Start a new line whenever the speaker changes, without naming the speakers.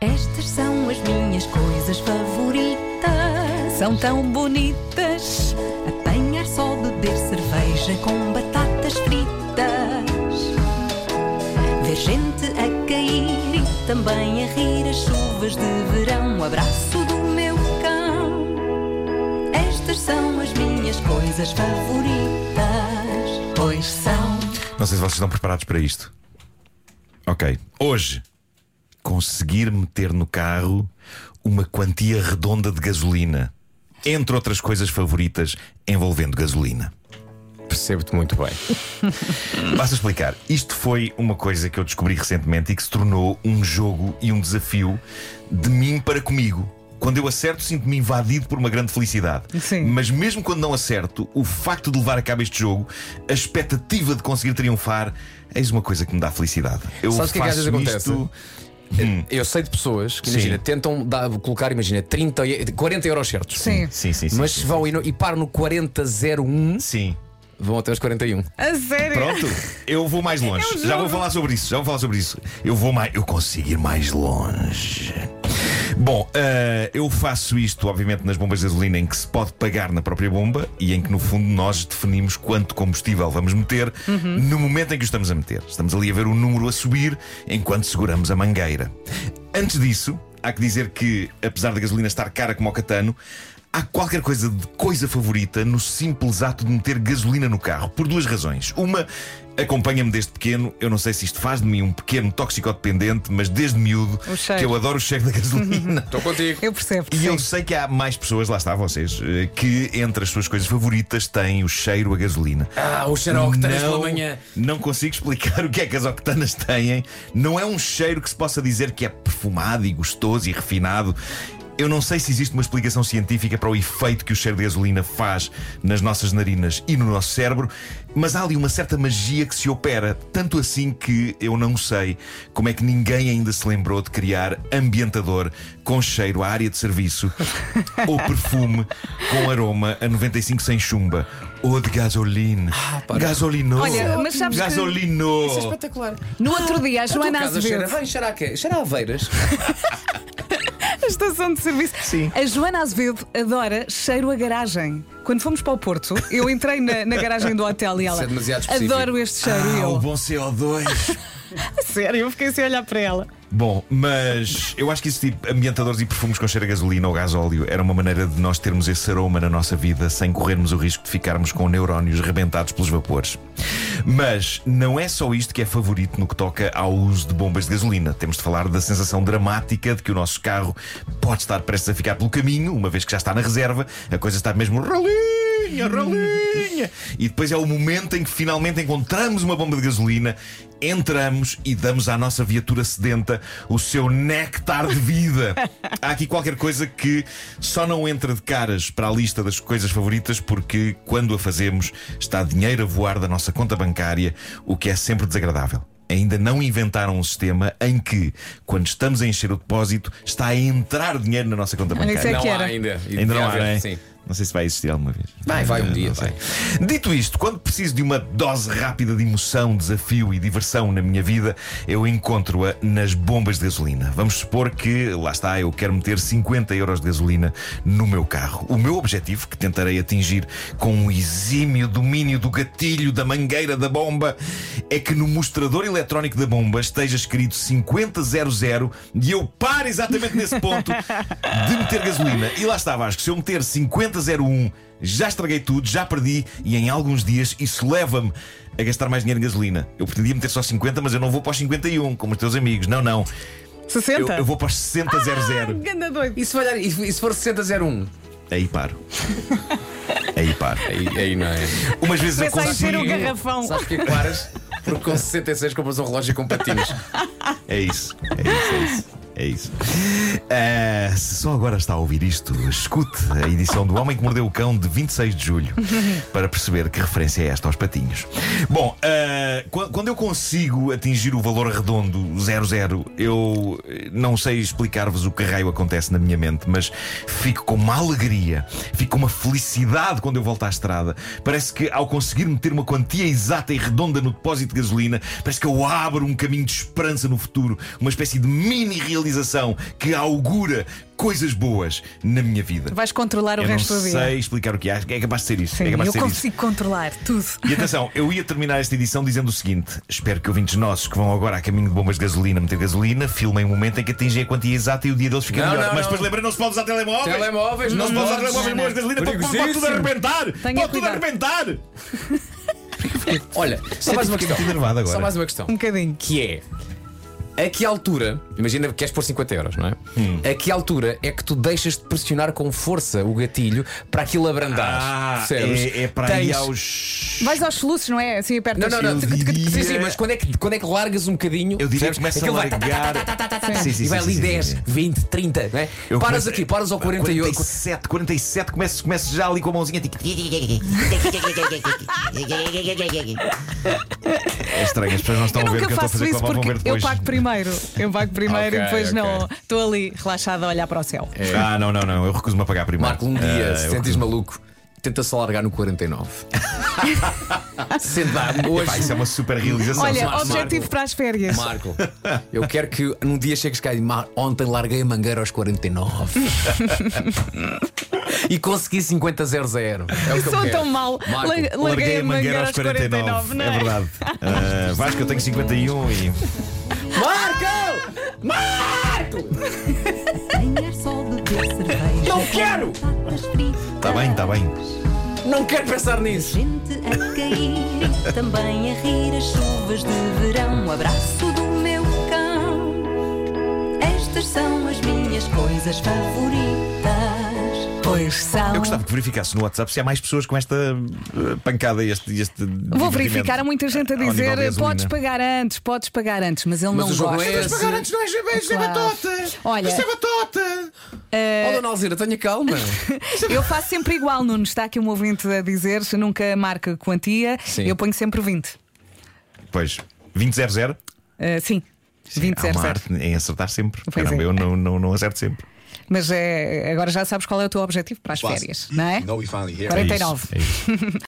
Estas são as minhas coisas favoritas. São tão bonitas. Apanhar só, beber cerveja com batatas fritas. Ver gente a cair e também a rir as chuvas de verão. O abraço do meu cão. Estas são as minhas coisas favoritas. Pois são.
Não sei se vocês estão preparados para isto. Ok. Hoje, conseguir meter no carro uma quantia redonda de gasolina. Entre outras coisas favoritas envolvendo gasolina.
Percebo-te muito bem.
Basta explicar. Isto foi uma coisa que eu descobri recentemente e que se tornou um jogo e um desafio de mim para comigo. Quando eu acerto, sinto-me invadido por uma grande felicidade.
Sim.
Mas mesmo quando não acerto, o facto de levar a cabo este jogo, a expectativa de conseguir triunfar, eis uma coisa que me dá felicidade. Eu
Sabes o que é que às
faço
vezes
isto-
Eu sei de pessoas que,
Sim.
imagina, tentam dar- colocar, imagina, 30, e- 40 euros certos.
Sim.
Sim, sim, sim.
Mas
sim,
se vão e, no, e param no 4001,
Sim.
vão até os 41.
A sério?
Pronto, eu vou mais longe.
É um
já
jogo.
vou falar sobre isso, já vou falar sobre isso. Eu vou mais, eu consigo ir mais longe. Bom, eh, eu faço isto, obviamente, nas bombas de gasolina em que se pode pagar na própria bomba e em que, no fundo, nós definimos quanto combustível vamos meter no momento em que o estamos a meter. Estamos ali a ver o número a subir enquanto seguramos a mangueira. Antes disso, há que dizer que, apesar da gasolina estar cara como o catano, Há qualquer coisa de coisa favorita no simples ato de meter gasolina no carro, por duas razões. Uma, acompanha-me desde pequeno, eu não sei se isto faz de mim um pequeno toxicodependente, mas desde miúdo
O cheiro.
que eu adoro o cheiro da gasolina.
Estou contigo.
Eu percebo.
E eu
sim.
sei que há mais pessoas, lá está vocês, eh, que entre as suas coisas favoritas têm o cheiro a gasolina.
Ah, o xarope que tens pela
Não-
manhã.
Não consigo explicar o que é que as octanas têm. Não é um cheiro que se possa dizer que é perfumado e gostoso e refinado. Eu não sei se existe uma explicação científica para o efeito que o cheiro de gasolina faz nas nossas narinas e no nosso cérebro, mas há ali uma certa magia que se opera, tanto assim que eu não sei como é que ninguém ainda se lembrou de criar ambientador com cheiro à área de serviço ou perfume com aroma a 95 sem chumba ou de gasolina.
para.
Gasolino.
Olha, mas sabes que-
Gasolino.
espetacular.
No outro dia, a
A tua
é Joana
casa cheira
Azevedo,
bem, cheira a quê? Cheira a aveiras.
a estação de serviço.
Sim.
A Joana Azevedo adora cheiro a garagem. Quando fomos para o Porto, eu entrei na, na garagem do hotel e
Isso
ela.
é demasiado específico.
adoro este cheiro. e
Ah, o
eu.
bom CO2.
Sério, eu fiquei assim a olhar para ela.
bom, mas eu acho que esse tipo ambientadores e perfumes com cheiro a gasolina ou gasóleo era uma maneira de nós termos esse aroma na nossa vida sem corrermos o risco de ficarmos com neurónios rebentados pelos vapores. Mas não é só isto que é favorito no que toca ao uso de bombas de gasolina. Temos de falar da sensação dramática de que o nosso carro pode estar prestes a ficar pelo caminho, uma vez que já está na reserva, a coisa está mesmo rolinha, rolinha. E depois é o momento em que finalmente encontramos uma bomba de gasolina, entramos e damos à nossa viatura sedenta o seu néctar de vida. Há aqui qualquer coisa que só não entra de caras para a lista das coisas favoritas, porque quando a fazemos está dinheiro a voar da nossa conta bancária, o que é sempre desagradável. Ainda não inventaram um sistema em que, quando estamos a encher o depósito, está a entrar dinheiro na nossa conta
Olha,
bancária.
isso é
não
que
há
era.
ainda. E
Ainda
devia
não há,
haver,
não é?
Sim.
Não sei se vai existir alguma vez.
Vai, vai um
Não
dia,
sei.
vai.
Dito isto, quando preciso de uma dose rápida de emoção, desafio e diversão na minha vida, eu encontro-a nas bombas de gasolina. Vamos supor que, lá está, eu quero meter 50 euros de gasolina no meu carro. O meu objetivo, que tentarei atingir com um exímio domínio do gatilho, da mangueira, da bomba, é que no mostrador eletrónico da bomba esteja escrito 50 e eu paro exatamente nesse ponto de meter gasolina. E lá está, Vasco, se eu meter 5001, já estraguei tudo, já perdi e em alguns dias isso leva-me a gastar mais dinheiro em gasolina. Eu pretendia meter só 50, mas eu não vou para os 51, como os teus amigos. Não, não. Eu,
60?
eu vou para os 60 00.
Ganda doido.
E se, falhar, e se for 6001?
Aí paro. Aí paro.
Aí, aí não é.
Umas vezes eu
Começa a encher o
consigo.
um garrafão.
Sabes que é claras? Porque com 66 compras um relógio com patinhos.
É isso, é isso, é isso. É isso. Ah, se só agora está a ouvir isto, escute a edição do Homem que Mordeu o Cão de 26 de julho para perceber que referência é esta aos patinhos. Bom, ah, Uh, quan- quando eu consigo atingir o valor redondo 00, eu eh, não sei explicar-vos o que raio acontece na minha mente, mas fico com uma alegria, fico com uma felicidade quando eu volto à estrada. Parece que ao conseguir meter uma quantia exata e redonda no depósito de gasolina, parece que eu abro um caminho de esperança no futuro, uma espécie de mini realização que augura coisas boas na minha vida.
Vais controlar o
eu não
resto da vida.
sei explicar o que é, é capaz de ser isso.
Sim,
é capaz
eu
de ser isso.
consigo controlar tudo.
E atenção, eu ia terminar esta edição dizendo o seguinte: espero que ouvintes nossos que vão agora a caminho de bombas de gasolina meter gasolina, filmem o momento em que atingem a quantia exata e o dia deles fica
Não,
melhor.
não,
Mas
não.
depois lembrem, não se pode usar telemóveis.
Telemóveis,
não se pode usar
podes.
telemóveis, bombas de gasolina, pode, pode- pode tudo
Perigosíssimo.
arrebentar!
Tenha
pode tudo
cuidado.
arrebentar!
Olha, só mais uma
Fiquei
questão.
muito enervado agora.
Só mais uma questão.
Um bocadinho.
Que é. A que altura, imagina que queres pôr 50 euros, não é?
Hum.
A que altura é que tu deixas de pressionar com força o gatilho para aquilo abrandar?
Ah,
percebes?
é, é para ir
Tens-
aos.
Vais aos soluços, não é? Assim apertas.
Não, não, não.
Eu
Sim, sim,
diria-
mas quando é, que, quando é que largas um bocadinho?
Eu diria
percebes?
que começa a
Aquilo vai tá, tá, tá,
largar.
tá.
Sim, sim,
e vai
sim,
ali
sim, sim,
10,
sim.
20, 30, não é?
Eu Ah,
paras
começo-
aqui, paras ao 48.
47, 47, começo, começo já ali com a mãozinha. tipo, Tic, tic, é estranho, as pessoas não estão
Eu
a ver o que
nunca
eu estou a
faço
fazer com
isso
a mão, vão
porque
ver
eu
depois.
pago primeiro. Eu pago primeiro e
Ok,
depois
ok.
não. Estou ali relaxada a olhar para o céu.
Ah, não, não, não, eu recuso-me a pagar primeiro.
É. Marco, um
Ah,
dia,
eu
se sentes maluco, tenta só largar no 49. Sendo lá,
Pá,
hoje.
isso é uma super realização.
Olha,
Marco.
objetivo para as férias.
Marco, eu quero que num dia chegues cá e digas, "Mar- ontem larguei a mangueira aos 49 e consegui 50 0 0. É o que eu
Sou
quero.
tão mal.
Marco,
Larguei a mangueira aos 49.
não
é verdade. Ah, Vasco, eu tenho 51 e.
Marco!
Apanhar só beber cerveja.
Não quero!
com batatas fritas.
Está Tá bem, está bem.
Não quero pensar nisso.
Gente a cair e também a rir as chuvas de verão. Um abraço do meu cão. Estas são as minhas coisas favoritas. Pois são.
Eu gostava que verificasse no WhatsApp se há mais pessoas com esta eh, pancada e este, este.
Vou
divertimento Ah,
verificar, há muita gente a
ao nível de
dizer
gasolina.
podes pagar antes, podes pagar antes, mas ele
Mas
não
o jogo
gosta.
é esse.
Pagar antes não é GB, isso é
Claro.
batota!
Olha.
Isso é batota!
Olha, Dona Alzira, tenha calma.
Eu faço sempre igual, Nuno. Está aqui um ouvinte a dizer, se nunca marca quantia,
Sim.
eu ponho sempre 20.
Pois, 2000?
Ah, sim, 20
Há
zero,
uma
zero.
arte em acertar sempre.
Pois
Caramba,
é.
eu não, não, não acerto sempre.
Mas é, agora já sabes qual é o teu objetivo para as
Quase.
férias, não é?
we finally here.
É isso,
49.
é isso.